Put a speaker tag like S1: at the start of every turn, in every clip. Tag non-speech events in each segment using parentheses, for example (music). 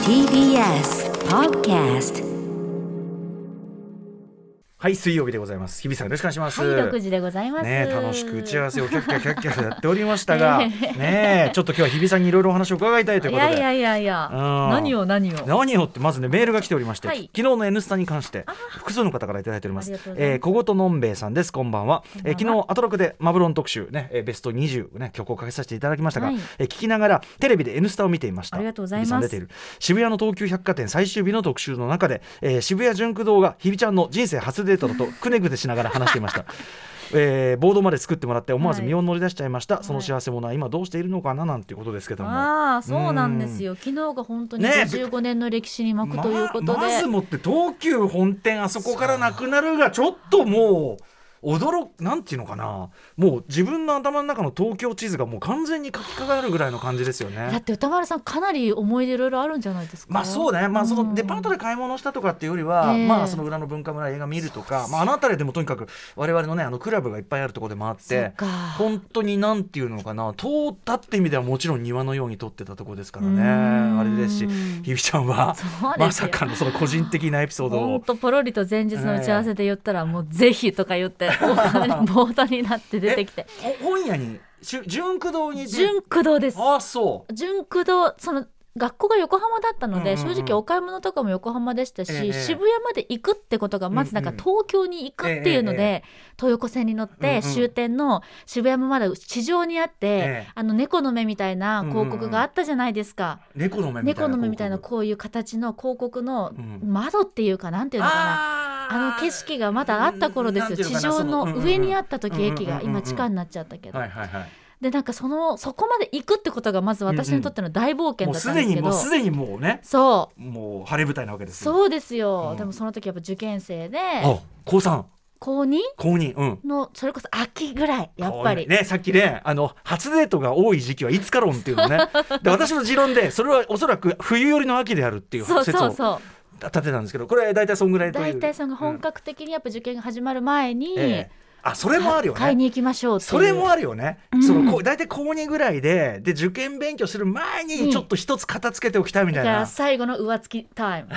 S1: TBS Podcast
S2: はい、水曜日でございます。日比さん、よろしくお願いします。
S3: はい、六時でございます。
S2: ねえ、楽しく打ち合わせをキャッキャキャッキャやっておりました
S3: (laughs)
S2: が、ねえ、ちょっと今日は日比さんにいろいろお話を伺いたいという
S3: い
S2: こと
S3: や
S2: で。
S3: いやいやいや、
S2: うん
S3: 何を何を。
S2: 何をってまずねメールが来ておりまして、
S3: はい
S2: 昨日の「N スタ」に関して複数の方からいただいております
S3: ありがとうございます
S2: えー小言のんべえさんですこんばんは
S3: こんばん
S2: え
S3: は
S2: ー昨日アトロクでマブロン特集ね、えーベスト20ね曲をかけさせていただきましたが、
S3: はい
S2: えー聞きながらテレビで「N スタ」を見ていました
S3: ありがとうござい
S2: 日
S3: ます
S2: 比さん出ている渋谷の東急百貨店最終日の特集の中で、えー渋谷純駆動が日比ちゃんの人生初デートだとくねくねしながら話していま
S3: (laughs)
S2: した。えーボードまで作ってもらって思わず身を乗り出しちゃいました、その幸せ者は今どうしているのかななんていうことですけども、
S3: ああ、そうなんですよ。昨日が本当に
S2: ねえ
S3: 55年の歴史に巻くということで。
S2: ままずもって東急本店あそこからなくなるがちょっともう驚くなんていうのかなもう自分の頭の中の東京地図がもう完全に書きかかるぐらいの感じですよ
S3: だっ
S2: ね。
S3: て歌丸さんかなり思い出いろいろあるんじゃないですか。
S2: まあそうね、まあ、そのデパート
S3: で。
S2: で買い物したとかっていうよりは、
S3: ええ
S2: まあその裏の文化村映画見るとか、まあ、あの辺りでもとにかく我々のねあのクラブがいっぱいあるところで回っ
S3: そ
S2: て
S3: っ。か。
S2: 本当になんていうのかな通ったって意味ではもちろん庭のように撮ってたところですから
S3: う
S2: ね
S3: ーん
S2: あれですしひびちゃんは
S3: そうですよ
S2: まさかのその個人的なエピソード
S3: 本
S2: を
S3: 当ポロリと前日の打ち合わせで言ったら、もうぜひとか
S2: (laughs)
S3: 言って、お金にボードになって出てきて。
S2: ほ本屋にしゅ純駆堂に
S3: 純駆動です。
S2: ああそう
S3: 純駆動その学校が横浜だったので、
S2: うんうんうん
S3: 正直お買い物とかも横浜でしたし、
S2: ええ
S3: 渋谷まで行くってことがまずなんか
S2: うんうん
S3: 東京に行くっていうので、
S2: ええ
S3: 東横線に乗っ
S2: うんう
S3: て
S2: ん
S3: 終点の渋谷もまだ地上にあって、
S2: ええ
S3: あの猫の目みたいな広告があったじゃないですか。
S2: 猫の目みたいな
S3: 猫の目みたいな
S2: 広
S3: こういう形の広告の
S2: うん
S3: 窓っていうかなんていう
S2: 告
S3: のかな
S2: あ
S3: あの景色がまだあった頃ですよ地上の上にあった時駅が今地下になっちゃったけ
S2: て
S3: ど
S2: はいはいはい
S3: でなんかそのそこまで行くってことがまず私にとっての大冒険
S2: もう
S3: だった
S2: す
S3: んで
S2: ですに
S3: け
S2: もう
S3: ど
S2: すでにもうね
S3: そ
S2: もう晴れ舞台なわけで
S3: う
S2: すよ
S3: そうですよ、
S2: うん
S3: でもその時やっぱ受験生で
S2: あ高三
S3: 高2
S2: 高二うん
S3: のそれこそ秋ぐらいやっぱり、
S2: こうねさっきねあの初デートが多い時期はいつか論っていうの
S3: (laughs)
S2: ねで私の持論でそれはおそらく冬よりの秋であるっていう説
S3: そ
S2: を
S3: うそうそう
S2: 立てたんですけどこれ大体そんぐらいという
S3: 大体その本格的にやっぱ受験が始まる前に、
S2: うんええあそれもあるよね
S3: 買いに行きましょうっていう
S2: それもあるよね、
S3: うん
S2: そのこう大体高2ぐらいでで受験勉強する前
S3: うん
S2: にちょっと一つ片付けておきたいみた
S3: だ
S2: い
S3: から
S2: な、
S3: 最後の上付きタ
S2: (laughs)
S3: イム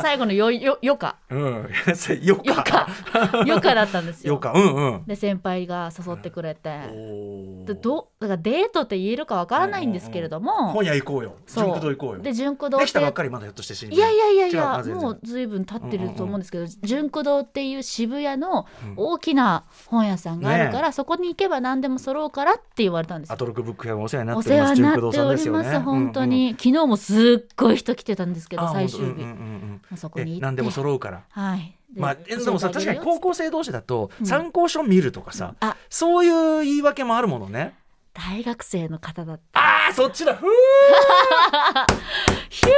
S3: 最後のよよよか
S2: うん (laughs) それよ
S3: よ
S2: か
S3: かよかだったんですよ
S2: よかうんうん
S3: で先輩が誘ってくれて、
S2: おー
S3: でどうだからデートって言えるかわからないんですけれども、
S2: 今夜行こうよ
S3: そう
S2: 純駆堂行こうよ
S3: で
S2: で
S3: 純駆堂
S2: きたばっかりまだひょっとして新
S3: いやいやいやい
S2: 違う
S3: や
S2: あ全然
S3: もうずいぶん経ってると思うんですけど、純駆堂っていう渋谷の
S2: うん
S3: 大きな本屋さんがあるから、そこに行けば何でも揃うからって言われたんです
S2: ア
S3: よ。
S2: トロックブック編お世話にな
S3: お
S2: っており
S3: 世
S2: ま
S3: 話
S2: す
S3: に
S2: 純
S3: なっ
S2: 駆
S3: てお
S2: 堂
S3: り
S2: さん
S3: ま
S2: ですすよね
S3: 本当に、昨日もすっごい人来てたんですけ
S2: うんうん
S3: ど
S2: あ
S3: 最終日、
S2: 本当うんうんうん
S3: そこ
S2: うん
S3: に行
S2: え
S3: って
S2: 何でも揃うから
S3: はい
S2: まあでもさ確かに高
S3: こ
S2: 校生同士だと
S3: うん
S2: 参考書見るとかさ、
S3: あ
S2: そういう言い訳もあるものね
S3: 大学生の方だった
S2: あーそっちだふう
S3: ヒュー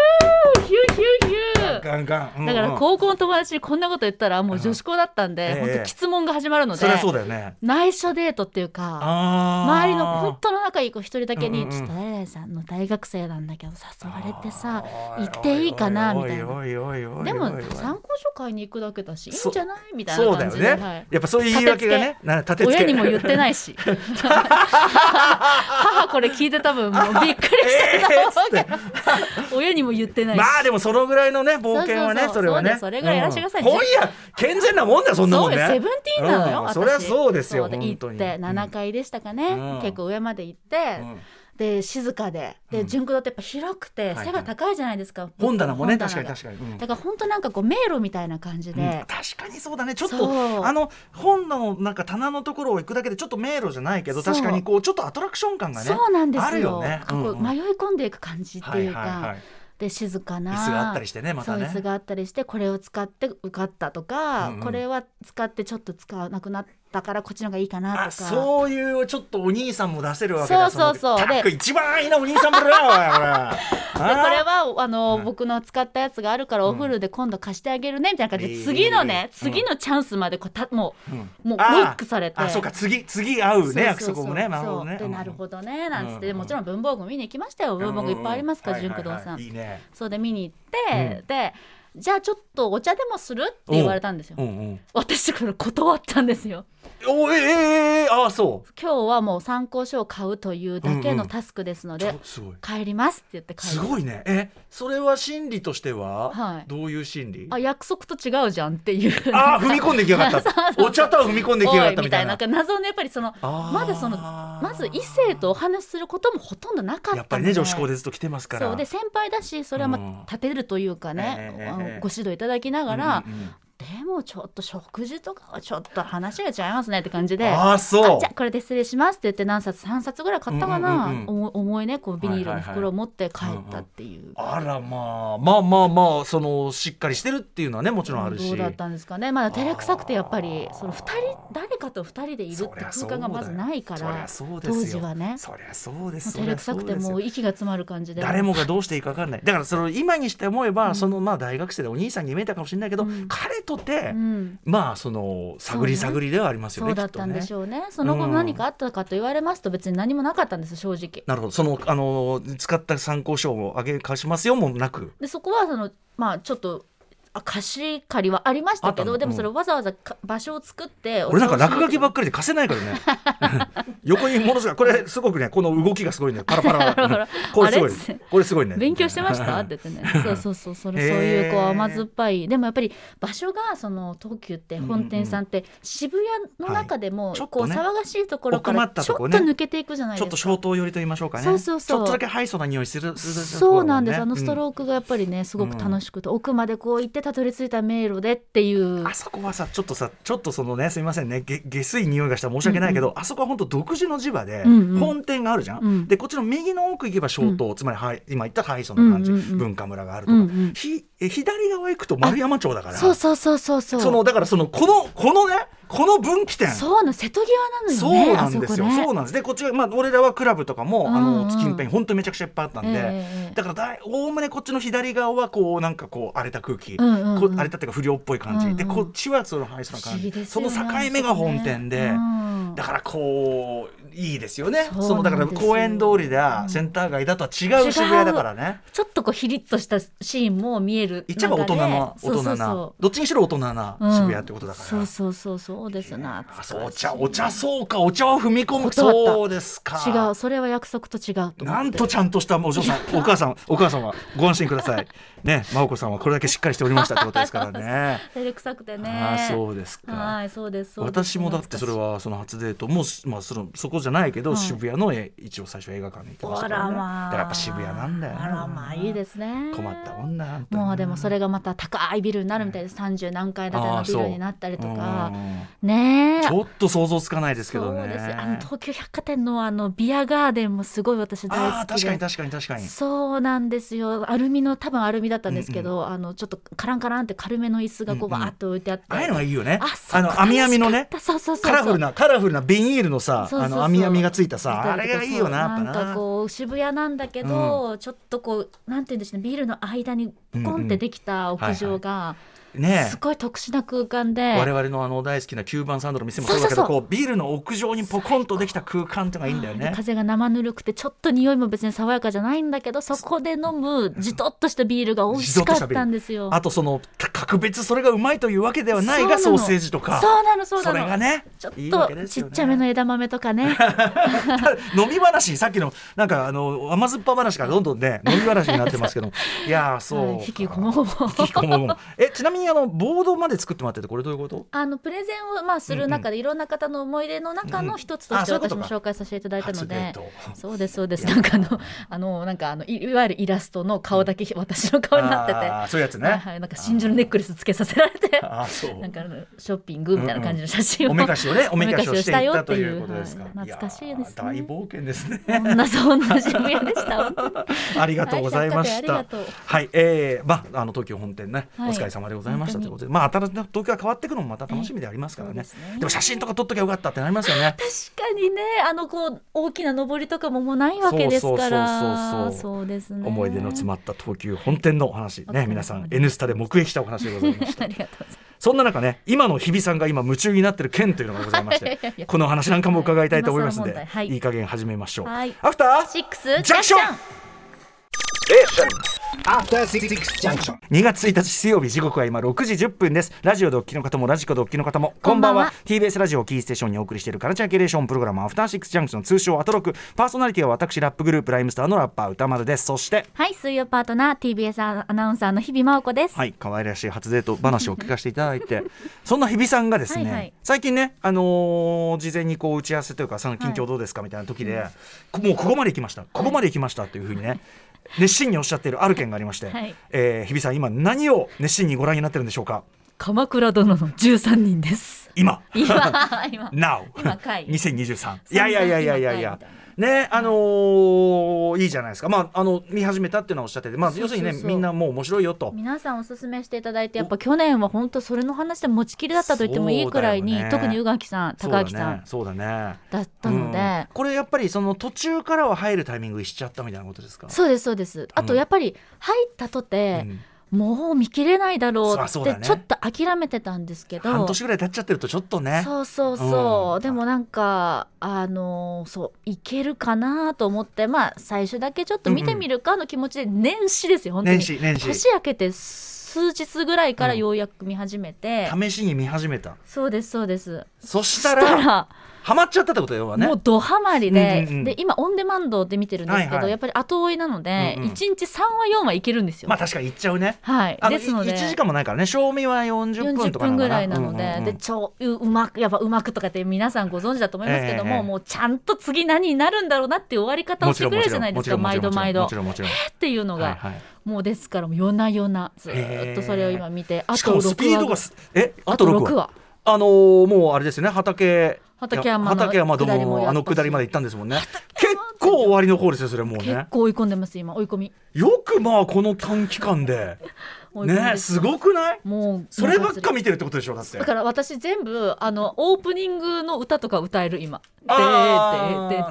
S3: ヒューヒューヒュー
S2: ガンガン、うんうん
S3: だから高校の友達にこんなこと言ったらもう女子校だったんで、
S2: うん
S3: 本
S2: え
S3: 当
S2: え
S3: 質問が始まるので、
S2: そりゃそうだよね
S3: 内緒デートっていうか
S2: 周
S3: 周りの本当の仲いい子一人だけに「
S2: うんうんうん
S3: ちょっと誰々さんの大学生なんだけど誘われてさ
S2: あ
S3: 行
S2: ー
S3: っていいかな」みたいな。
S2: おいおいおいおいおいおいおい
S3: でも参考書買いに行くだけだしいいんじゃないみたい
S2: そう
S3: な
S2: だよ
S3: 感じ
S2: ね
S3: で、、はい
S2: やっぱそういう言い訳がねな立てつけ
S3: 親にも言
S2: (laughs)
S3: ってないし母これ聞いて多分もうびっくりしてると思うけど、親にも言ってないし、
S2: まあでもそのぐらいのね冒険はね
S3: そうそ
S2: そ
S3: うそう
S2: れはね
S3: そうだよそれぐらいやらせてください
S2: うん今夜健全なもんだよそんなもんね
S3: そうよセブンティーンなのよ、
S2: うん
S3: 私
S2: そりゃそうですよ
S3: そう
S2: 本当に
S3: 行って7階でしたかね、
S2: うん
S3: 結構上まで行って、
S2: うん
S3: で静かで
S2: う
S3: で
S2: ん
S3: 純駆動ってやっぱ広くて
S2: はい
S3: 背が高いじゃないですか、
S2: 本棚もね
S3: 本
S2: 確かに
S3: 棚が
S2: 確かに、うん
S3: だから本当なんかこう迷路みたいな感じ
S2: うん
S3: で、
S2: 確かにそうだねちょっ
S3: そう
S2: とあの本のなんか棚のところを行くだけでちょっと迷路じゃないけど
S3: そう
S2: 確かにこうちょっとアトラクション感がね
S3: そうなんですよ
S2: あるよね
S3: こう迷い込んでいく感じっていうか、
S2: はいはいはい、
S3: で静かな
S2: 椅子があったりしてねまたね
S3: そう椅子があったりしてこれを使って受かったとか、
S2: うんうん
S3: これは使ってちょっと使わなくなったからこっちの方がいいかなと
S2: あ
S3: か
S2: そういうちょっとお兄さんも出せるわけだ
S3: そうそうそう
S2: のタック
S3: で
S2: 一番いいなお兄さんぶるよおいこれあ
S3: (laughs) でこれはあの、
S2: うん
S3: 僕の使ったやつがあるからお風呂で今度貸してあげるねみたいな感じで、
S2: うん
S3: 次のね、
S2: うん
S3: 次のチャンスまでこうたも
S2: ー、
S3: うもうロ
S2: あー
S3: ックされて
S2: あそうか次次会うね約束もねなる
S3: なる
S2: ほ
S3: ほ
S2: ど
S3: ど
S2: ね
S3: ねでなる
S2: ど
S3: ほどねなんつ
S2: う
S3: って、
S2: んうん
S3: もちろん文房具見に行きましたよ文房具いっぱいありますから純駆堂さん、
S2: いいね
S3: そうで見に行って、でじゃあちょっとお茶でもするって言われたんですよ、
S2: うんうん
S3: 私から断ったんですよ
S2: おええええああそ
S3: 今日はもう参考書を買うというだけ
S2: うんう
S3: の
S2: ん
S3: タスクですの
S2: う
S3: で、
S2: ちょすごい
S3: 帰りますって言って帰
S2: す
S3: る
S2: ごいねえそれは心理として
S3: は
S2: はいどういう心理、
S3: あ約束と違うじゃんっていう
S2: ああ踏み込んできやがっ
S3: (laughs)
S2: たお茶とは踏み込んできやが
S3: お
S2: っ
S3: い
S2: たみ
S3: み
S2: た
S3: た
S2: い
S3: い
S2: な
S3: な謎のやっぱりその
S2: あー
S3: まだそのまず異性とお話しすることもほとんどなかったので
S2: やっぱりね女子高でずっと来てますから
S3: そうで先輩だしそれは
S2: う
S3: ま
S2: ん
S3: あ立てるというかね、
S2: ええええ
S3: あの
S2: ええ
S3: ご指導いただきながら、
S2: うんうんうん
S3: でもちょっと食事とかはちょっと話が違いますねって感じで。
S2: ああそう
S3: じゃあこれで失礼しますって言って何冊3冊ぐらい買ったかな、
S2: うんうんうん
S3: お重いねこうビニールの袋を持って帰
S2: はいはいはい
S3: ったっていう、
S2: あらまあまあまあまあそのしっかりしてるっていうのはねもちろんあるし
S3: どうだったんですかねまだ照れくさくてやっぱりその二人誰かと二人でいるって
S2: そりゃ
S3: 空間がまずないか
S2: そうだよ
S3: ら
S2: そりゃそうです
S3: 当
S2: よ
S3: 時はね
S2: そりゃそうです
S3: 照れくさくて
S2: そりゃそうです
S3: も
S2: よ
S3: う息が詰まる感じで
S2: 誰もがどうしていいか分かん
S3: (laughs)
S2: ないだからその今にして思えば、そのまあ大学生でお兄さんに見えたかもしれないけど、
S3: うん
S2: 彼とて、
S3: うん
S2: まあその探り
S3: そうね
S2: 探りではありますよ
S3: そ
S2: ね
S3: うだ
S2: き
S3: っ
S2: っと
S3: たんで
S2: ね
S3: し。ょうねその後
S2: うん
S3: 何かあったかと言われますと別に何もなかったんです正直
S2: なるほどそのあの使った参考書をあげ貸しますよもなく
S3: でそこはそのまあちょっとあ貸し借りはありましたけ
S2: あったの
S3: どでもそれ
S2: う
S3: わざわざか場所を作って
S2: 俺なんか落書きばっ
S3: か
S2: かりで貸せないからね (laughs) 横にものすごいこれすごくねこの動きがすごいねパラパ
S3: (laughs)
S2: ラこれすごい
S3: あれ
S2: これすごいね
S3: 勉強してましたって言ってねそうそうそうそれそういうこう
S2: へー
S3: 甘酸っぱいでもやっぱり場所がその東急って本店さんって渋谷の中でも
S2: いちょっ
S3: ことう
S2: ね
S3: 騒がしいところか
S2: 奥ま
S3: ら
S2: った
S3: ち
S2: と
S3: ょっ
S2: ことね
S3: 抜けていくじゃない
S2: ちょっ
S3: で
S2: と
S3: すか。
S2: 消灯寄りと言いましょうかね
S3: そうそうそう
S2: ちょっとだけハイソな匂いするするするとこ
S3: そ
S2: ろ
S3: うなんです、
S2: ね
S3: あのストロークがやっぱりねすごく楽しくて、奥までこう行ってたどり着いた迷路でっていう
S2: あそこはさちょっとさちょっとそのねすみませんねげ下水匂いがしたら申し訳ないけど、あそこは本当独自の磁場で
S3: うんうん
S2: 本店があるじゃん、
S3: うん
S2: でこっちの右の奥行けば小東、つまりはい今言ったハイソの感じ、
S3: うんうんうん
S2: 文化村があるとか、
S3: うんうん
S2: ひえ左側行くと丸山町だから
S3: そうそうそうそうそう
S2: そのだからそのこのこのねこの分岐点
S3: そうなの瀬戸際なのよね
S2: そうなんですよ、
S3: あそこね
S2: そうなんですでこっちが、まあ、俺らはクラブとかも、あ
S3: うんう
S2: の
S3: ん
S2: 近辺本当にめちゃくちゃいっぱいあったんで、
S3: ええええ
S2: だからだいおおむねこっちの左側はこうなんかこう荒れた空気、
S3: うんうんうん
S2: こ荒れたっていうか不良っぽい感じ、
S3: うんうん
S2: でこっちはそのハイソな
S3: 不
S2: 感
S3: 思
S2: じ
S3: 議です
S2: そ
S3: よ
S2: の
S3: ね
S2: 境目が本店で。
S3: うん
S2: だからこういいですよね。そ
S3: そう
S2: の
S3: な
S2: だ
S3: ん
S2: から
S3: ですよ
S2: 公園通りだ、センター街だとは違う渋谷だからね。
S3: ちょっとこうヒリッとしたシーンも見える
S2: 言っちゃえば大人な
S3: 中
S2: 大
S3: で
S2: 人
S3: そうそう
S2: な
S3: そ
S2: どっちにしろ大人な
S3: ううん
S2: 渋谷ってことだから。
S3: そうそうそうそうですな
S2: あそうお茶お茶そうかお茶を踏み込む
S3: 断った
S2: そうですか。
S3: 違うそれは約束と違うと思って
S2: なんとちゃんとしたお嬢さん、お母さん、
S3: (laughs)
S2: お母さんはご安心ください。ね、真央子さんはこれだけしっかりしておりましたってことですからね。
S3: 照れくさくて (laughs) ね
S2: ああ、そうですか。
S3: はいそうですそうです
S2: 私もだってそれはその初デートもし、まあ、そのそこじゃないけど、
S3: はい
S2: 渋谷のえ一応最初映画館に行きまし
S3: あ
S2: たかららね。
S3: ま
S2: だ
S3: あ
S2: からやっぱ渋谷なんだよ、ね。
S3: あらまあいいですね
S2: 困ったもんな本当にな。
S3: もうでもそれがまた高いビルになるみたいです30何階建て
S2: あ
S3: の
S2: あ
S3: ビ
S2: そう
S3: ルになったりと
S2: う
S3: か
S2: んうんうん
S3: ねえ
S2: ちょっと想像つかないですけどね。
S3: そうですよあの東急百貨店のあのビアガーデンもすごい私
S2: あ
S3: 大
S2: あ
S3: 好き
S2: 確
S3: で
S2: かに確かに確かに。
S3: そうなんですよアルミの多分アルミだったんですけど、あのちょっとカランカランって軽めの椅子がこ
S2: う
S3: うん
S2: うん
S3: バーっと置いてあって、
S2: ああいうのがいいよね。
S3: あそう
S2: の網網のね。
S3: 楽しかったそうそうそうそう
S2: カラフルなカラフルなビニールのさ
S3: そうそうそう
S2: あの網網がついた
S3: みた
S2: さあ
S3: な
S2: れがいいよなや
S3: そう
S2: っぱ
S3: な
S2: なん
S3: かこう渋谷なんだけど、ちょっとこうなんて言うんでしょうねビールの間にポコンってできた屋上が、
S2: ね
S3: すごい特殊な空間で、
S2: 我々のあの大好きな9番サンドの店もそうだけど
S3: そうそうそ
S2: こうビールの屋上にポコンとできた空間ってのがいいんだよね。
S3: 風が生ぬるくてちょっと匂いも別に爽やかじゃないんだけどそこで飲むじとっとしたビールが美味しかったんですよ。
S2: あとそのた格別それがうまいというわけではないが
S3: そ
S2: ソ
S3: う
S2: ー
S3: なの
S2: セージとか
S3: そうなのそうな
S2: そ
S3: の
S2: れがね
S3: ちょっ
S2: いいわけで
S3: と
S2: す
S3: ち
S2: よ
S3: っ
S2: ね
S3: ちゃめの枝豆とかね
S2: (laughs) 飲み話さっきのなんかあの甘酸っぱ話からどんどん
S3: (laughs)
S2: ね飲み話になってますけどいやーそう
S3: はい引きこもごも
S2: 引きこもごもえちなみにあのボードまで作ってもらっててこれどういうこと
S3: あのプレゼンをまあする中でいろんな方の思い出の中の一つと
S2: うんあ
S3: して
S2: そういうこと
S3: 私
S2: か
S3: も紹介させていただいたので
S2: 初デート
S3: そうですそうですなんか
S2: (laughs)
S3: あのあのなんかあのいいわゆるイラストの顔だけ私の顔になってて
S2: あーそういうやつね。
S3: はいはいなんか真珠のネックレスつけさせられて
S2: あーそう
S3: なんかあのショッピングみたいな感じの写真を
S2: おめかしを
S3: (laughs)
S2: ね、おめかし
S3: お
S2: を
S3: め
S2: していったと
S3: て
S2: いうことですか。
S3: はい懐かしいですね
S2: やー大冒険ですね。 (laughs)
S3: そんなそんな渋谷でした本当に
S2: ありがとうございま
S3: は
S2: し
S3: い百貨
S2: た
S3: 店ありがとう。
S2: はい、えー、まああの東京本店ね、
S3: はい
S2: お疲れ様でございました
S3: 本
S2: と
S3: 当に
S2: いうことで、まあ新しい東京が変わっていくのもまた楽しみでありますからね。
S3: ええそうですね
S2: でも写真とか撮っときゃよかったってなりますよね。
S3: 確かにねあのこう大きな上りとかももうないわけですか
S2: そうそ
S3: ら
S2: うそうそう
S3: そうですね
S2: 思い出の詰まった東急本店のお話
S3: お疲れ様
S2: ね
S3: です
S2: 皆さん「N スタ」で目撃したお話でございました (laughs)
S3: (laughs) ありがとうございます
S2: そんな中ね今の日比さんが今夢中になってる件というのがございまし
S3: (laughs) いやいや
S2: て
S3: いや
S2: このお話なんかも伺いたいと思いますん
S3: 今
S2: で
S3: 更問題はい
S2: いい加減始めましょう
S3: はい
S2: アフター
S3: シックス
S2: ジャンクション
S4: After Six Junction.
S2: 2月1日水曜日時刻は今6時10分ですラジオでお聞きの方もラジコでお聞きの方もこ
S3: こ
S2: ん
S3: ん
S2: ば
S3: ば
S2: ん
S3: ん
S2: は
S3: は
S2: TBS ラジオをキーステーションにお送りしているカルチャーキュレーションプログラムアフターシックスジャンクション通称アトロクパーソナリティは私ラップグループライムスターのラッパー歌丸ですそして
S3: はい、水曜パートナー TBS アナウンサーの日々真央子です。
S2: はい可愛らしい初デート話を聞かせていただいて (laughs) そんな日比さんがですね
S3: はいはい
S2: 最近ねあのー事前にこう打ち合わせというかその近況どうですかみたいな時で、こもうここまで行きましたここまで行きましたというふうにね熱心におっしゃっているある件がありまして、
S3: はい
S2: えー日比さん今何を熱心にご覧になってるんでしょうか
S3: 鎌倉殿の13人です。
S2: 今
S3: (laughs) 今、今。
S2: Now
S3: 今回
S2: 2023い
S3: 今
S2: やいやいやいやいやいや
S3: 今回み
S2: ねあのーいいじゃないですかまああの見始めたっていうのはおっしゃっててまあ
S3: そう
S2: 要
S3: そ
S2: す
S3: うそ
S2: る
S3: う
S2: にねみんなもう面白いよと
S3: 皆さんおすすめしていただいてやっぱ去年は本当それの話で持ちきりだったと言ってもいいくらいに、
S2: そうだよね
S3: 特に宇垣さん高明さん
S2: そうだねそうだね
S3: だったので、
S2: うんこれやっぱりその途中からは入るタイミングしちゃったみたいなことですか
S3: そうですそうですあとやっぱり入ったとて、
S2: うん
S3: もう見切れないだろう
S2: そ
S3: っ
S2: う
S3: てち
S2: そうだ
S3: ょ
S2: ね
S3: っと諦めてたんですけど
S2: 半年ぐらい経っちゃってるとちょっとね
S3: そうそうそう、
S2: うん
S3: でもなんかあのーそういけるかなと思ってまあ最初だけちょっと見てみるかの気持ちで年始ですよ本当に
S2: 年始年始
S3: 年明けて数日ぐらいからようやく見始めて、
S2: 試しに見始めた
S3: そうですそうです
S2: そし
S3: したた
S2: ら
S3: ら
S2: ハマっちゃったってことよ要はね
S3: もうドハマりで,、
S2: うんうんうん
S3: で今オンデマンドで見てるんですけど、
S2: はいはい
S3: やっぱり後追いなので、
S2: うんうん
S3: 1日3話4話いけるんですよ、
S2: まあ確かに行っちゃうね
S3: はい
S2: あのい
S3: ですので
S2: 1時間もないからね賞味は40分
S3: 40
S2: とか
S3: 分
S2: の
S3: ぐ
S2: から
S3: いなので、で超ううまくやっぱうまくとかって皆さんご存知だと思いますけども、
S2: ええ
S3: もうちゃんと次何になるんだろうなっていう終わり方を
S2: もち
S3: して
S2: ろん
S3: く
S2: も
S3: れ
S2: ちろ
S3: るじゃ
S2: ん
S3: ないで
S2: も
S3: す
S2: ちろ
S3: か
S2: んもちろ
S3: 毎度
S2: ん
S3: 毎度
S2: もちろんもちろんもち
S3: っていうの
S2: ろん
S3: が、
S2: はいはい
S3: もうですからもう夜な夜なずーっとそれを今見て、あ
S2: しかも
S3: と
S2: スピード
S3: 6
S2: が
S3: 話
S2: すえあ
S3: あ
S2: と
S3: と
S2: 6
S3: 6
S2: 話
S3: 話
S2: あのーもうあれですよね畑
S3: 畠山の
S2: いや畠山ど
S3: 下り
S2: も
S3: もやったし
S2: あの下りまで行ったんですもんね結構終わりの方ですよそれもう
S3: 結
S2: ね
S3: 構追い込んでます今追い込み
S2: よくまあこの短期間で
S3: 追い込み
S2: ね
S3: です
S2: すごくない
S3: もう
S2: そればっか見てるってことでしょだって
S3: だから私全部あのオープニングの歌とか歌える今。
S2: あー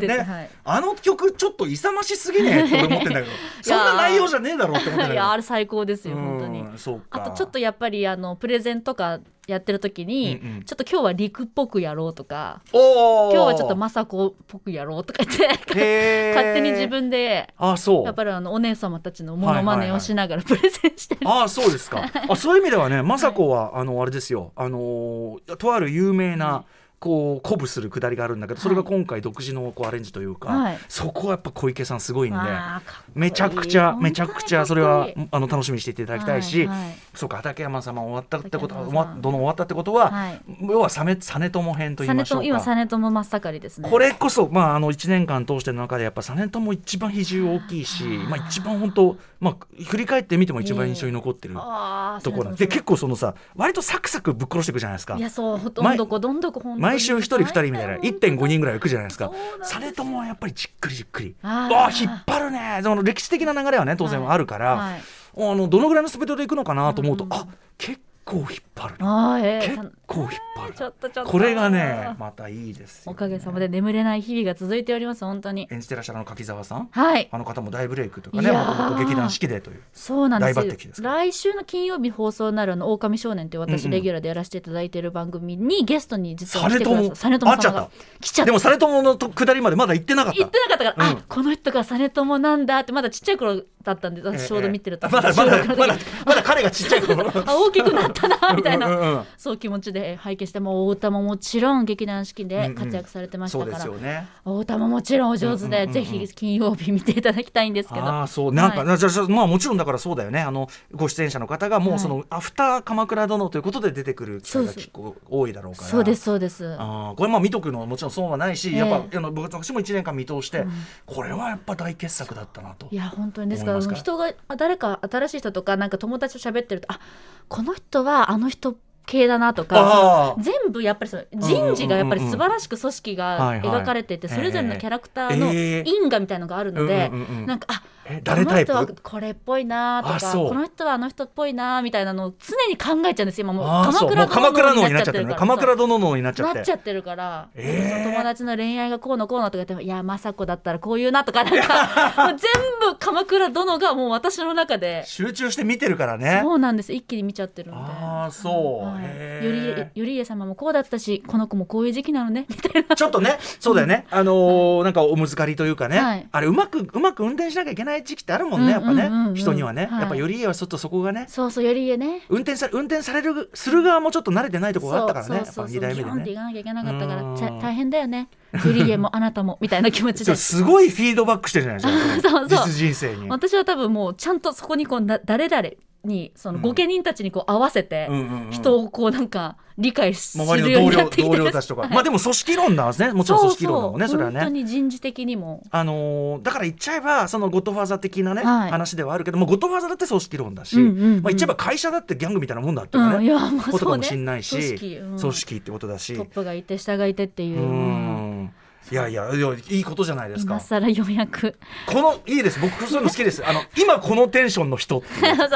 S2: で
S3: でででででで
S2: で
S3: はい
S2: あの曲ちょっと勇ましすぎねえって俺思ってんだけどそんな内容じゃねえだろうって思ってんだ
S3: い
S2: け
S3: や
S2: ど
S3: あれ最高ですよ本当に。
S2: うんそうか
S3: あとちょっとやっぱりあのプレゼンとかやってる時に、
S2: うんうん
S3: ちょっと今日は陸っぽくやろうとか
S2: おー
S3: 今日はちょっと雅子っぽくやろうとか言って
S2: へー
S3: 勝手に自分で
S2: あそう
S3: やっぱりあのお姉様たちのモノマネをしながらプレゼンしてる、
S2: ああそうです
S3: (laughs)
S2: か。あそういう意味ではね、雅子はあのあれですよ。あのーとある有名な。こう鼓舞するくだりがあるんだけど、それが今回独自のこうアレンジというか、
S3: はい
S2: そこはやっぱ小池さんすごいんで、
S3: わーかっこいい
S2: めちゃくちゃ
S3: 本当
S2: め
S3: に
S2: ち
S3: か
S2: ゃ
S3: っこいい
S2: くちゃそれはあの楽しみにしていただきたいし、
S3: はいはい
S2: そうか畠山様終わったってことは
S3: 畠
S2: 終わ
S3: 山さん
S2: どの終わったってことは、
S3: はい
S2: 要は実朝編と言いましょう
S3: 実朝今
S2: か。
S3: 実朝真っ盛りですね
S2: これこそ、まあ、あの1年間通しての中でやっぱ実朝も一番比重大きいし、まあ、一番本当、まあ、振り返ってみても一番印象に残ってる
S3: あー
S2: ところなんで
S3: 実
S2: で結構そのさ割とサクサクぶっ殺していくじゃないですか
S3: 朝いやそうほとんどこどんどこ本当に
S2: 毎週1人2人みたいな1.5人ぐらいいくじゃないですか
S3: そうなんです
S2: 実朝はやっぱりじっくりじっくり
S3: あー
S2: わあ引っ張るねその歴史的な流れはね当然あるから、
S3: はいはい
S2: あのどのぐらいのスピードでいくのかなと思うと、あ結構引っ張るな
S3: あーえー
S2: 結構引っ張る
S3: ちょ
S2: な
S3: っとちょっと
S2: これがねまたいいですよ
S3: おかげさまで眠れない日々が続いております本当に
S2: 演じてらっしゃるあの柿澤さん
S3: はい
S2: あの方も大ブレイクとかね
S3: い
S2: も
S3: や
S2: と
S3: ー
S2: もと劇団四季でという
S3: そうなんです
S2: 大抜擢ですか
S3: 来週の金曜日放送になるあの狼少年という
S2: うんう
S3: 私
S2: ん
S3: レギュラーでやらせていただいている番組にゲストに実は来てくだ
S2: 実朝
S3: さ実朝さん
S2: あ
S3: が来ちゃっ
S2: で
S3: た
S2: も実朝のと下りまでまだ行ってなかっ
S3: 言ったてなかったから、
S2: うん
S3: あこの人が実朝なんだってまだちっちゃい頃だったんで私ちょうど見てると、
S2: ええまだまだ
S3: 収録の時
S2: まだまだ彼がちっちゃい頃
S3: あ大きくなったな (laughs) みたいな、
S2: うんうんうん
S3: そう気持ちで拝見してもう太田ももちろん劇団四季で活躍されてまし
S2: そ
S3: た
S2: うで
S3: か
S2: す
S3: ら、
S2: よね。
S3: 太田ももちろんお上手で、
S2: うんうんうんうん
S3: ぜひ金曜日見ていただきたいんですけど
S2: ああそうなんか、
S3: はい
S2: じゃあじゃあまあもちろんだからそうだよねあのご出演者の方がもうその、アフター鎌倉殿ということで出てくる機会が
S3: そうです
S2: 結構多いだろうから
S3: そうですそうです
S2: あーこれまあ見とくのはもちろん損はないし、
S3: ええ
S2: やっぱあの僕私も1年間見通して、これはやっぱ大傑作だったなと
S3: いや本当にですから
S2: 思いますか
S3: 人があ誰か新しい人とかなんか友達と喋ってるとあこの人はあの人系だなと
S2: あ
S3: か
S2: ー
S3: 全部やっぱりその人事がやっぱり
S2: うんうんうんうん
S3: 素晴らしく組織
S2: は
S3: が
S2: いはい
S3: 描かれていて、それぞれのキャラクター
S2: ええ
S3: の因果みたいのがあるので、
S2: うんうんうんうん
S3: なんかあ
S2: え誰タイプ
S3: この人はこれっぽいな
S2: あ
S3: とか
S2: そう
S3: この人はあの人っぽいなみたいなのを常に考えちゃうんですよ今もう
S2: ああそうもう鎌
S3: 鎌
S2: 倉殿
S3: 倉殿
S2: に
S3: に
S2: なっ
S3: なっ
S2: ちゃ
S3: ち
S2: っ
S3: ゃってて
S2: るね
S3: るから
S2: 鎌倉殿のになっちゃって
S3: なっちゃってるから、
S2: えー
S3: その友達の恋愛がこうのこうのとか言っていや雅子だったらこういうなとかなん (laughs) かもう全部鎌倉殿がもう私の中で
S2: 集中して見てるからね
S3: そうなんです一気に見ちゃってるんで。
S2: ああそう、
S3: はい
S2: へ
S3: よ
S2: ー
S3: り (laughs) よりえ様もこうだったしこの子もこういう時期なのねみたいな
S2: ちょっとね、そうだよね、あのーなんかおむずかりというかね、
S3: はい
S2: あれうまく、うまく運転しなきゃいけないない時期ってあるもんねやっぱね、
S3: うんうんうんうん
S2: 人にはね、
S3: はい
S2: やっぱより家はちょっとそこがね
S3: (laughs) そうそうより家ね
S2: 運転さ運転されるする側もちょっと慣れてないところがあったからねやっぱ
S3: そうそ
S2: 2
S3: うそう
S2: 代目
S3: ギョンって
S2: でね。
S3: 行かなきゃいけなかったからちゃ
S2: うん
S3: 大変だよねより家もあなたもみたいな気持ち
S2: そ
S3: で
S2: れすごいフィードバックしてるじゃないですか
S3: (laughs) そうそう
S2: 実人生に。
S3: 私は多分もうちゃんとそこにこうな誰々にその
S2: うん
S3: 御家人たちにこう合わせて
S2: うんうんうん
S3: 人をこうなんか理解す
S2: 周
S3: る
S2: り
S3: よう
S2: の同
S3: になっ
S2: 僚
S3: てきて
S2: 同僚たちとか、まあでも組織論なんですねもちろん組織論だもんねそれは
S3: 本当
S2: ね。
S3: に人事的にも
S2: あのーだから言っちゃえばそのゴッドファーザー的なね、
S3: はい
S2: 話ではあるけどもゴッドファーザーだって組織論だし、
S3: うんうんうん
S2: まあ、言っちゃえば会社だってギャングみたいなもんだっていうかね、
S3: うんいやまあ
S2: こと
S3: そ
S2: かも
S3: うね
S2: しれないし、
S3: 組織うん
S2: 組織ってことだし。
S3: トップがいて下がいてっていうううん
S2: んいやいやいやいいことじゃないです
S3: 今
S2: か。
S3: 更ようやく
S2: このいいです僕そういうの好きです。あの今このテンションの人
S3: (laughs)
S2: っていう。
S3: そう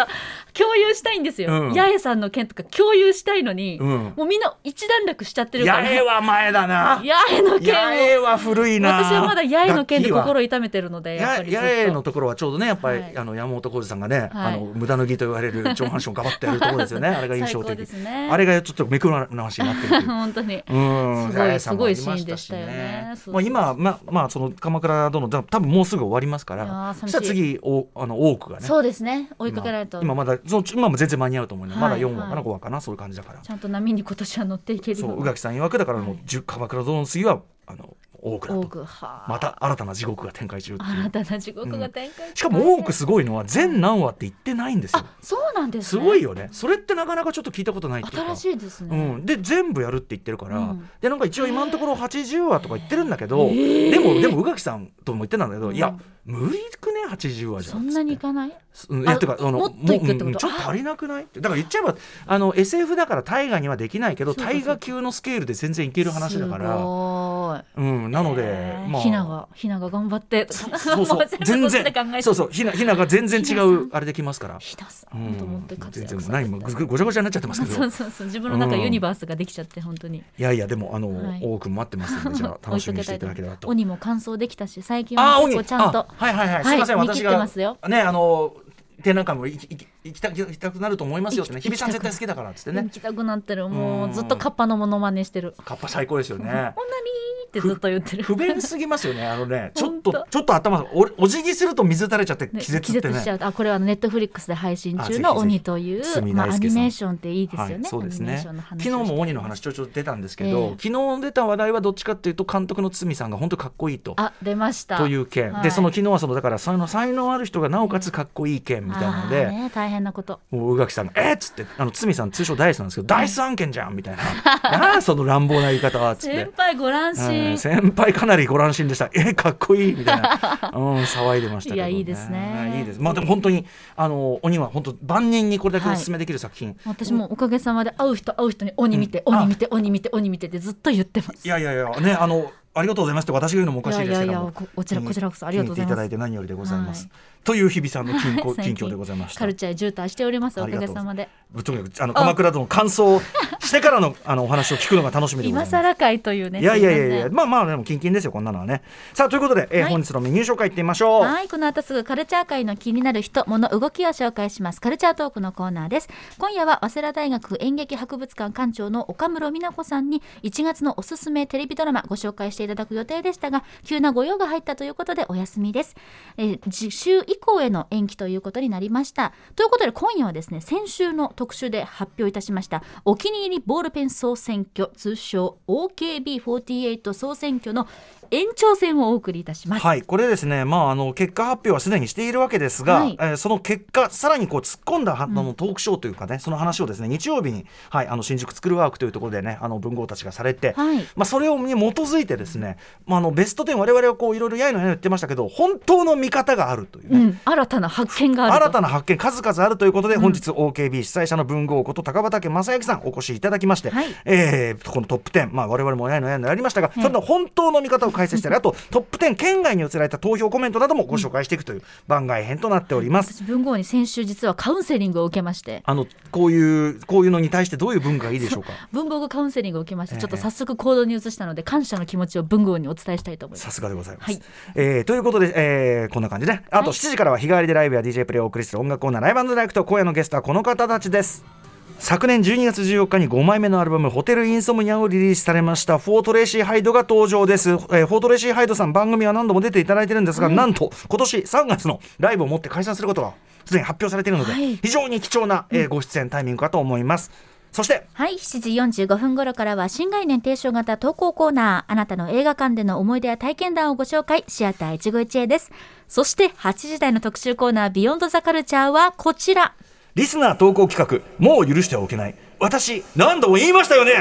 S3: 共有したいんですよ、
S2: うん
S3: 八重さんの件とか共有したいのに、
S2: うん。
S3: もうみんな一段落しちゃってるから
S2: 八重は前だな。
S3: 八重の件
S2: 八重
S3: を
S2: は古いな。
S3: 私はまだ八重の件で
S2: ガキは
S3: 心痛めてるのでやっ
S2: や
S3: ぱりずっ
S2: 八重
S3: と
S2: のところはちょうどねやっぱり、
S3: はい
S2: あの山本浩二さんがね、
S3: はい
S2: あの無駄脱ぎと言われ
S3: (laughs)
S2: る上半身をガバッとやるところですよねあれが印象
S3: 最高
S2: 的、
S3: ですね
S2: あれがちょっと目くらましになってるという
S3: (laughs) 本当に
S2: うん
S3: すご
S2: 八
S3: い
S2: 重さんもありま
S3: すごいシーンでしたよねそうそう
S2: まあ、今、まあ、まあ、その鎌倉殿、だ多分もうすぐ終わりますか
S3: いや
S2: ら。
S3: ー
S2: そ
S3: 寂しい
S2: したら次、お、あの、多くがね。
S3: そうですね追い
S2: 今
S3: かけないと
S2: 今まだ、その、今も全然間に合うと思うね。まだ
S3: はい
S2: 4話か
S3: は
S2: な、
S3: い
S2: 5話かな、そういう感じだから
S3: ち。ゃんと波に今年は乗っていける
S2: そ
S3: よ
S2: う、宇
S3: うな
S2: 垣さん曰くだから、もう、じゅ鎌倉殿の次は、あの、多くだ
S3: 多
S2: と。
S3: くはあ
S2: また新たな地獄が展開中っていう
S3: 新。たな地獄が展開、
S2: しかも多くすごいのは、全何話って言ってないんですよ
S3: あ。そうなんです
S2: す
S3: ね
S2: ごいよね。それってなかなかちょっと聞いたことないっていうか
S3: 新し。いです
S2: う
S3: ね、
S2: ん、で全部やるって言ってるから、
S3: うん
S2: でなんか一応今のところ80話とか言ってるんだけど、でもでも宇垣さんとも言ってたんだけど、
S3: うん
S2: いや無理くね80話じゃ
S3: そんなにい
S2: か
S3: かない
S2: うんいや
S3: あ
S2: てかあの
S3: もっといくってこと
S2: もううんちょっと足りなくないってだから言っちゃえばあの SF だから大河にはできないけど
S3: そうかそ
S2: 大
S3: うか
S2: 河級のスケールで全然いける話だか
S3: す
S2: ら、
S3: ごい
S2: うん、なので、
S3: えーひながひなが頑張って
S2: そそうそ
S3: (laughs) も
S2: う全
S3: そっちで考え
S2: 然
S3: て
S2: そうそうひなひなが全然違
S3: ひなさ
S2: うんあれできますから。
S3: ひなさ
S2: うん
S3: と思
S2: ん
S3: って、活
S2: 全
S3: 躍
S2: 然
S3: さ
S2: な
S3: れ
S2: い
S3: て
S2: もうぐごちゃごちゃになっちゃってますけど
S3: そうそうそう自分の中
S2: うん
S3: ユニバースができちゃって本当に
S2: いやいやでもあの、
S3: はい
S2: 多く待ってますんでじゃ
S3: (laughs)
S2: あ楽しみにしていただければと
S3: 鬼も完走できたし最近
S2: あ
S3: は
S2: ー、
S3: 結構ちゃんと
S2: あはいはいはい。
S3: い
S2: すいません、
S3: 見
S2: 私
S3: 切って
S2: が
S3: ますよ。
S2: ね、あの、展覧会も行き行き行きた行きたくなると思いますよってね。
S3: 行き
S2: 日比さん
S3: 行き
S2: 絶
S3: た
S2: 対
S3: く
S2: 好きだからっつって
S3: 行
S2: ね。
S3: きたくなってるも
S2: うん
S3: うずっとカッパのモノマネしてる
S2: カッパ最高ですよ
S3: 「おな
S2: ね
S3: り。ー」ってずっと言ってる
S2: 不便すぎますよね。あのね、ちょっ
S3: ほん
S2: と
S3: と
S2: ちょっと頭おお辞儀すると水垂れちゃって
S3: ね
S2: 気絶ってね
S3: し。ちゃうあこれはネットフリックスで配信中
S2: あぜひぜ
S3: の「
S2: ひ
S3: 鬼」という
S2: 堤
S3: まあ、
S2: 大
S3: ア
S2: 輔
S3: ニ
S2: さん
S3: メーションっていいですよ
S2: は
S3: ね、
S2: い、そうです
S3: アニメー
S2: ね
S3: ションの話
S2: 昨日も鬼の話ちょちょ出たんですけ
S3: え
S2: ど、
S3: え
S2: 昨日出た話題はどっちかっていうと監督の堤さんが本当かっこいいと
S3: あ出ました
S2: という件、
S3: はい
S2: でその昨日はそのだからその才能ある人がなおかつかっこいい件みたいなので、
S3: あーね、大変なこと
S2: もう宇垣さんが「えっ!」つってあの堤さん通称ダイスなんですけど「ダイス案件じゃん!」みたいな「なあ (laughs) その乱暴な言い方は」っつって
S3: 先。輩ご乱
S2: うん
S3: 心
S2: 先輩かなりご乱心でした。えかっこいいみたいな、
S3: (laughs)
S2: うん、騒いでましたけど、ね。
S3: いやいいですね
S2: いいです。まあでも本当にあの鬼は本当万人にこれだけお勧めできる作品。い、
S3: 私もおかげさまで会う人会う人に鬼見て、
S2: うん
S3: 鬼見て鬼見て鬼見てってずっと言ってます。
S2: やいやいやねあのありがとうございますって私が言うのもおかしいですけども。
S3: いやいやいやここちら
S2: うん
S3: こちらこそありがとうござ
S2: 気に入ってい
S3: います
S2: ただいて何よりでございます。
S3: は
S2: という日比さんの近況
S3: (laughs) 最
S2: 近
S3: 近
S2: 況でございました。
S3: カルチャー渋滞しておりますおかげさまで。
S2: とにかくあの鎌倉殿の感想をしてから
S3: (laughs)
S2: のあのお話を聞くのが楽しみでございま
S3: 今
S2: す。
S3: 更会というね。
S2: いやいやいやいや、
S3: すま
S2: まあまあでもキンキンですよこんなのはね。さあということで、えー
S3: はい
S2: 本日のメニュー紹介いってみましょう
S3: せん。はいこの後すぐカルチャー界の気になる人物動きを紹介しますカルチャートークのコーナーです今夜は早稲田大学演劇博物館館長の岡室美奈子さんに1月のおすすめテレビドラマご紹介していただく予定でしたが急なご用が入ったということでお休みです、えー、次週以降への延期ということになりましたということで今夜はですね先週の特集で発表いたしましたお気に入りボールペン総選挙通称 OKB48 総選挙の延長戦をお送りいたします
S2: はい、これですね、まあ、あの結果発表はすでにしているわけですが、
S3: はい
S2: えーその結果、さらにこう突っ込んだあのトークショーというかね、その話をですね日曜日に、はい、あの新宿作るワークというところでね、あの文豪たちがされて、
S3: はい
S2: まあ、それをに基づいて、ですね、まあ、あのベスト10、我々はこういろいろやいのやいの言ってましたけど、本当の見方があるというね。
S3: うん、新たな発見があると
S2: 新たな発見数々あるということで、本日 OKB 主催者の文豪こと高畑正幸さんお越しいただきまして、
S3: はい
S2: えーこのトップ10、まあ、我々もやいのやいのやりましたが、それの本当の見方を解説したりあと (laughs) トップ10県外に寄せられた投票コメントなどもご紹介していくという番外編となっております。
S3: 私文豪に先週実はカウンセリングを受けまして
S2: あのこういうこういうのに対してどういう文化がいいでしょうか
S3: 文房具カウンセリングを受けまして、
S2: ええ
S3: ちょっと早速行動に移したので感謝の気持ちを文豪にお伝えしたいと思います
S2: さすがでございます。
S3: はい
S2: えーということで、えーこんな感じで、あと
S3: はい
S2: 7時からは日替わりでライブや DJ プレイをお送りする音楽コーナーライブライクと今夜のゲストはこの方たちです。昨年12月14日に5枚目のアルバム「ホテル・インソムニア」をリリースされましたフォートレーシー・ハイドが登場です、えーフォートレーシー・ハイドさん番組は何度も出ていただいてるんですが、なんと今年3月のライブをもって解散することがすでに発表されているので、
S3: はい
S2: 非常に貴重な、えーご出演タイミングかと思います、そして
S3: はい、7時45分頃からは新概念提唱型投稿コーナー、あなたの映画館での思い出や体験談をご紹介、シアター一期一会です。そして8時台の特集コーナー、ビヨンドザカルチャーはこちら。
S2: リスナー投稿企画「もう許してはおけない」私何度も言いましたよね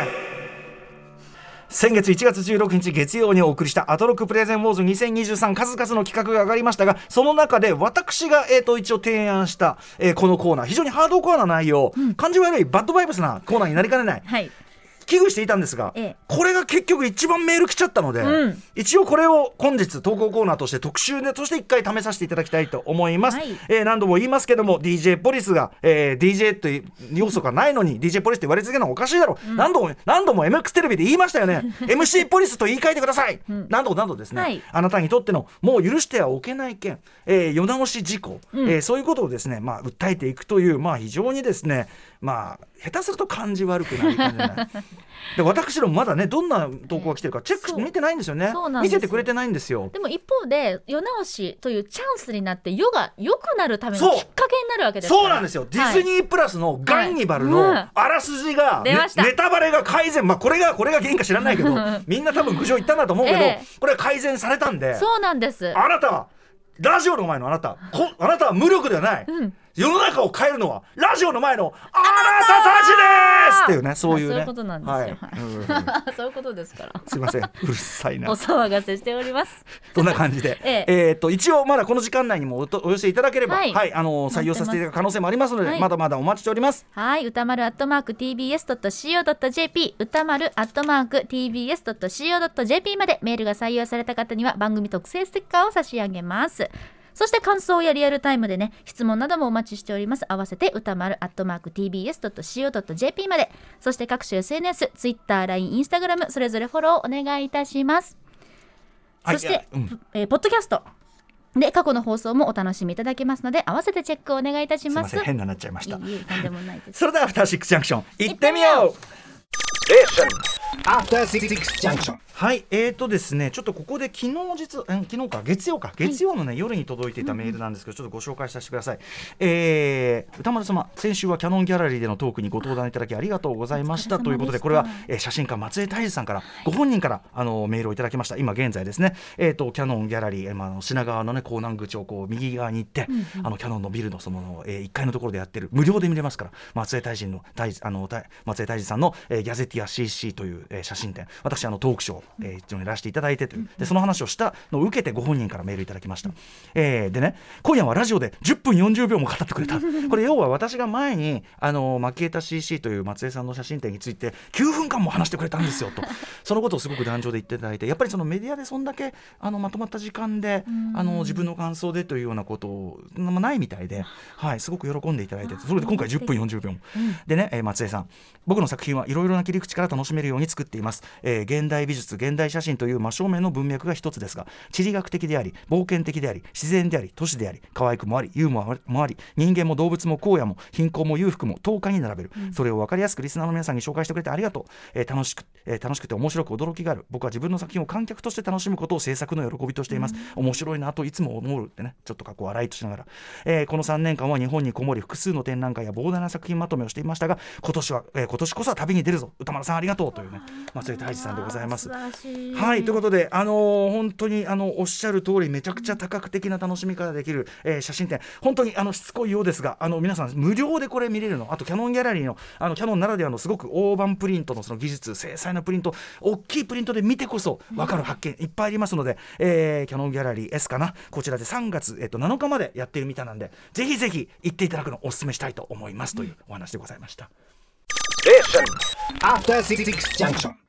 S2: 先月1月16日月曜にお送りした「アトロックプレゼンウォーズ2023」数々の企画が上がりましたがその中で私が、えー、と一応提案した、えーこのコーナー非常にハードコアな内容、感じ悪いバッドバイブスなコーナーになりかねない
S3: はい。
S2: 危惧していたんですが、
S3: ええ
S2: これが結局一番メール来ちゃったので、
S3: うん
S2: 一応これを本日投稿コーナーとして特集でとして一回試させていただきたいと思います、
S3: はい
S2: えー何度も言いますけども DJ ポリスが、えー DJ という要素がないのに DJ ポリスって言われ続けるのはおかしいだろう、何度も何度も MX テレビで言いましたよ
S3: (laughs)
S2: ね MC ポリスと言い換えてください、何度も何度もですね、
S3: はい
S2: あなたにとってのもう許してはおけない件、えー世直し事項、
S3: ん
S2: えーそういうことをですね、まあ、訴えていくという、まあ、非常にですね、まあ、下手すると感じ悪くなる感じじゃないで私らもまだねどんな投稿が来てるかチェックし
S3: そう
S2: 見てないんですよね
S3: そうなんで
S2: 見
S3: すよ
S2: せてくれてないんですよ
S3: でも一方で、世直しというチャンスになって、世が良くなるための
S2: そう
S3: きっかけになるわけですから
S2: そうなんですよ、ディ
S3: はい
S2: ズニープラスのガンニバル
S3: はい
S2: の
S3: うん
S2: あらすじが、
S3: 出
S2: ね
S3: ました
S2: ネタバレが改善、まあ、これがこれが原因か知らないけど (laughs) みんな多分苦情言ったんだと思うけど、
S3: ええ
S2: これは改善されたんで
S3: そうなんです。
S2: あなたはラジオの前のあなたこあなたは無力ではない、
S3: うん
S2: 世の中を変えるのはラジオの前のあなたたちですっていうねそういうね
S3: あそういうことなんですよ
S2: はい
S3: は
S2: うんうんうん
S3: (laughs) そういうことですから。
S2: すいませんうるさいな
S3: お騒がせしております。 (laughs)
S2: そんな感じで、
S3: ええ
S2: えーっと一応まだこの時間内にもおとお寄せいただければ、
S3: は
S2: はいいあの採用させていただく可能性もありますので、
S3: はい
S2: まだまだお待ちしております。
S3: はい、歌丸アットマーク tbs.co.jp 歌丸アットマーク tbs.co.jp までメールが採用された方には番組特製ステッカーを差し上げます。そして感想やリアルタイムでね、質問などもお待ちしております。合わせて歌丸アットマーク tbs.co.jp まで。そして各種 SNS、Twitter、LINE、Instagram、それぞれフォローお願いいたします。
S2: はい
S3: そして、
S2: うん
S3: えーポッドキャストで過去の放送もお楽しみいただけますので、合わせてチェックをお願いいたし
S2: すみ
S3: ま。
S2: ますせん変ななっちゃいま
S3: い
S2: した。
S3: いいいとんでもないです。
S2: それではアフターシックスジャンクション行ってみよう。
S4: After Six Junction.
S2: はい、えーとですね、ちょっとここで昨日実、うん昨日か月曜か月曜のね、夜に届いていたメールなんですけど、ちょっとご紹介させてください。えー歌丸様、先週はキャノンギャラリーでのトークにご登壇いただきありがとうございました
S3: お疲
S2: と
S3: れ様でした
S2: いうことで、これは、えー写真家松江泰治さんから、ご本人からあのメールをいただきました。今現在ですね、えーとキャノンギャラリー、えーまああの品川のね港南口をこう右側に行って、あのキャノンのビルのその、えー、1階のところでやってる無料で見れますから、松江泰治の泰治あの泰松江泰治さんの、えーギャゼティア CC という、えー写真展、私あのトークショー、えー一応いらしていただいてという、でその話をしたのを受けてご本人からメールいただきました、えーでね今夜はラジオで10分40秒も語ってくれ (laughs) たこれ要は私が前にあの蒔枝 CC という松江さんの写真展について9分間も話してくれたんですよ (laughs) とそのことをすごく壇上で言っていただいてやっぱりそのメディアでそんだけあのまとまった時間であの自分の感想でというようなことをまあないみたいで、はい、すごく喜んでいただいてそれで今回10分40秒も、でね、えー松江さん僕の作品はいろいろな切り口から楽しめるように作っています、えー現代美術現代写真という真正面の文脈が一つですが地理学的であり冒険的であり自然であり都市であり可愛くもありユーモアもあり人間も動物も荒野も貧困も裕福も10日に並べる、それを分かりやすくリスナーの皆さんに紹介してくれてありがとう、えー楽しく、えー楽しくて面白く驚きがある僕は自分の作品を観客として楽しむことを制作の喜びとしています、面白いなといつも思うってねちょっと過去笑いとしながら、えーこの3年間は日本にこもり複数の展覧会や膨大な作品まとめをしていましたが今年は、えー今年こそは旅に出るぞ歌丸さんありがとうというね松江太一さんでございます
S3: 素晴らしい。
S2: はいということで、あのー本当にあのおっしゃる通りめちゃくちゃ多角的な楽しみ方できる、えー写真展本当にあのしつこいようですがあの皆さん無料でこれ見れるのあとキャノンギャラリーのあのキャノンならではのすごく大判プリントのその技術精細なプリント大きいプリントで見てこそ分かる発見いっぱいありますので、えーキャノンギャラリー S かなこちらで3月、えっと7日までやってるみたいなんでぜひぜひ行っていただくのをお勧めしたいと思いますというお話でございました。
S4: After Six Junction.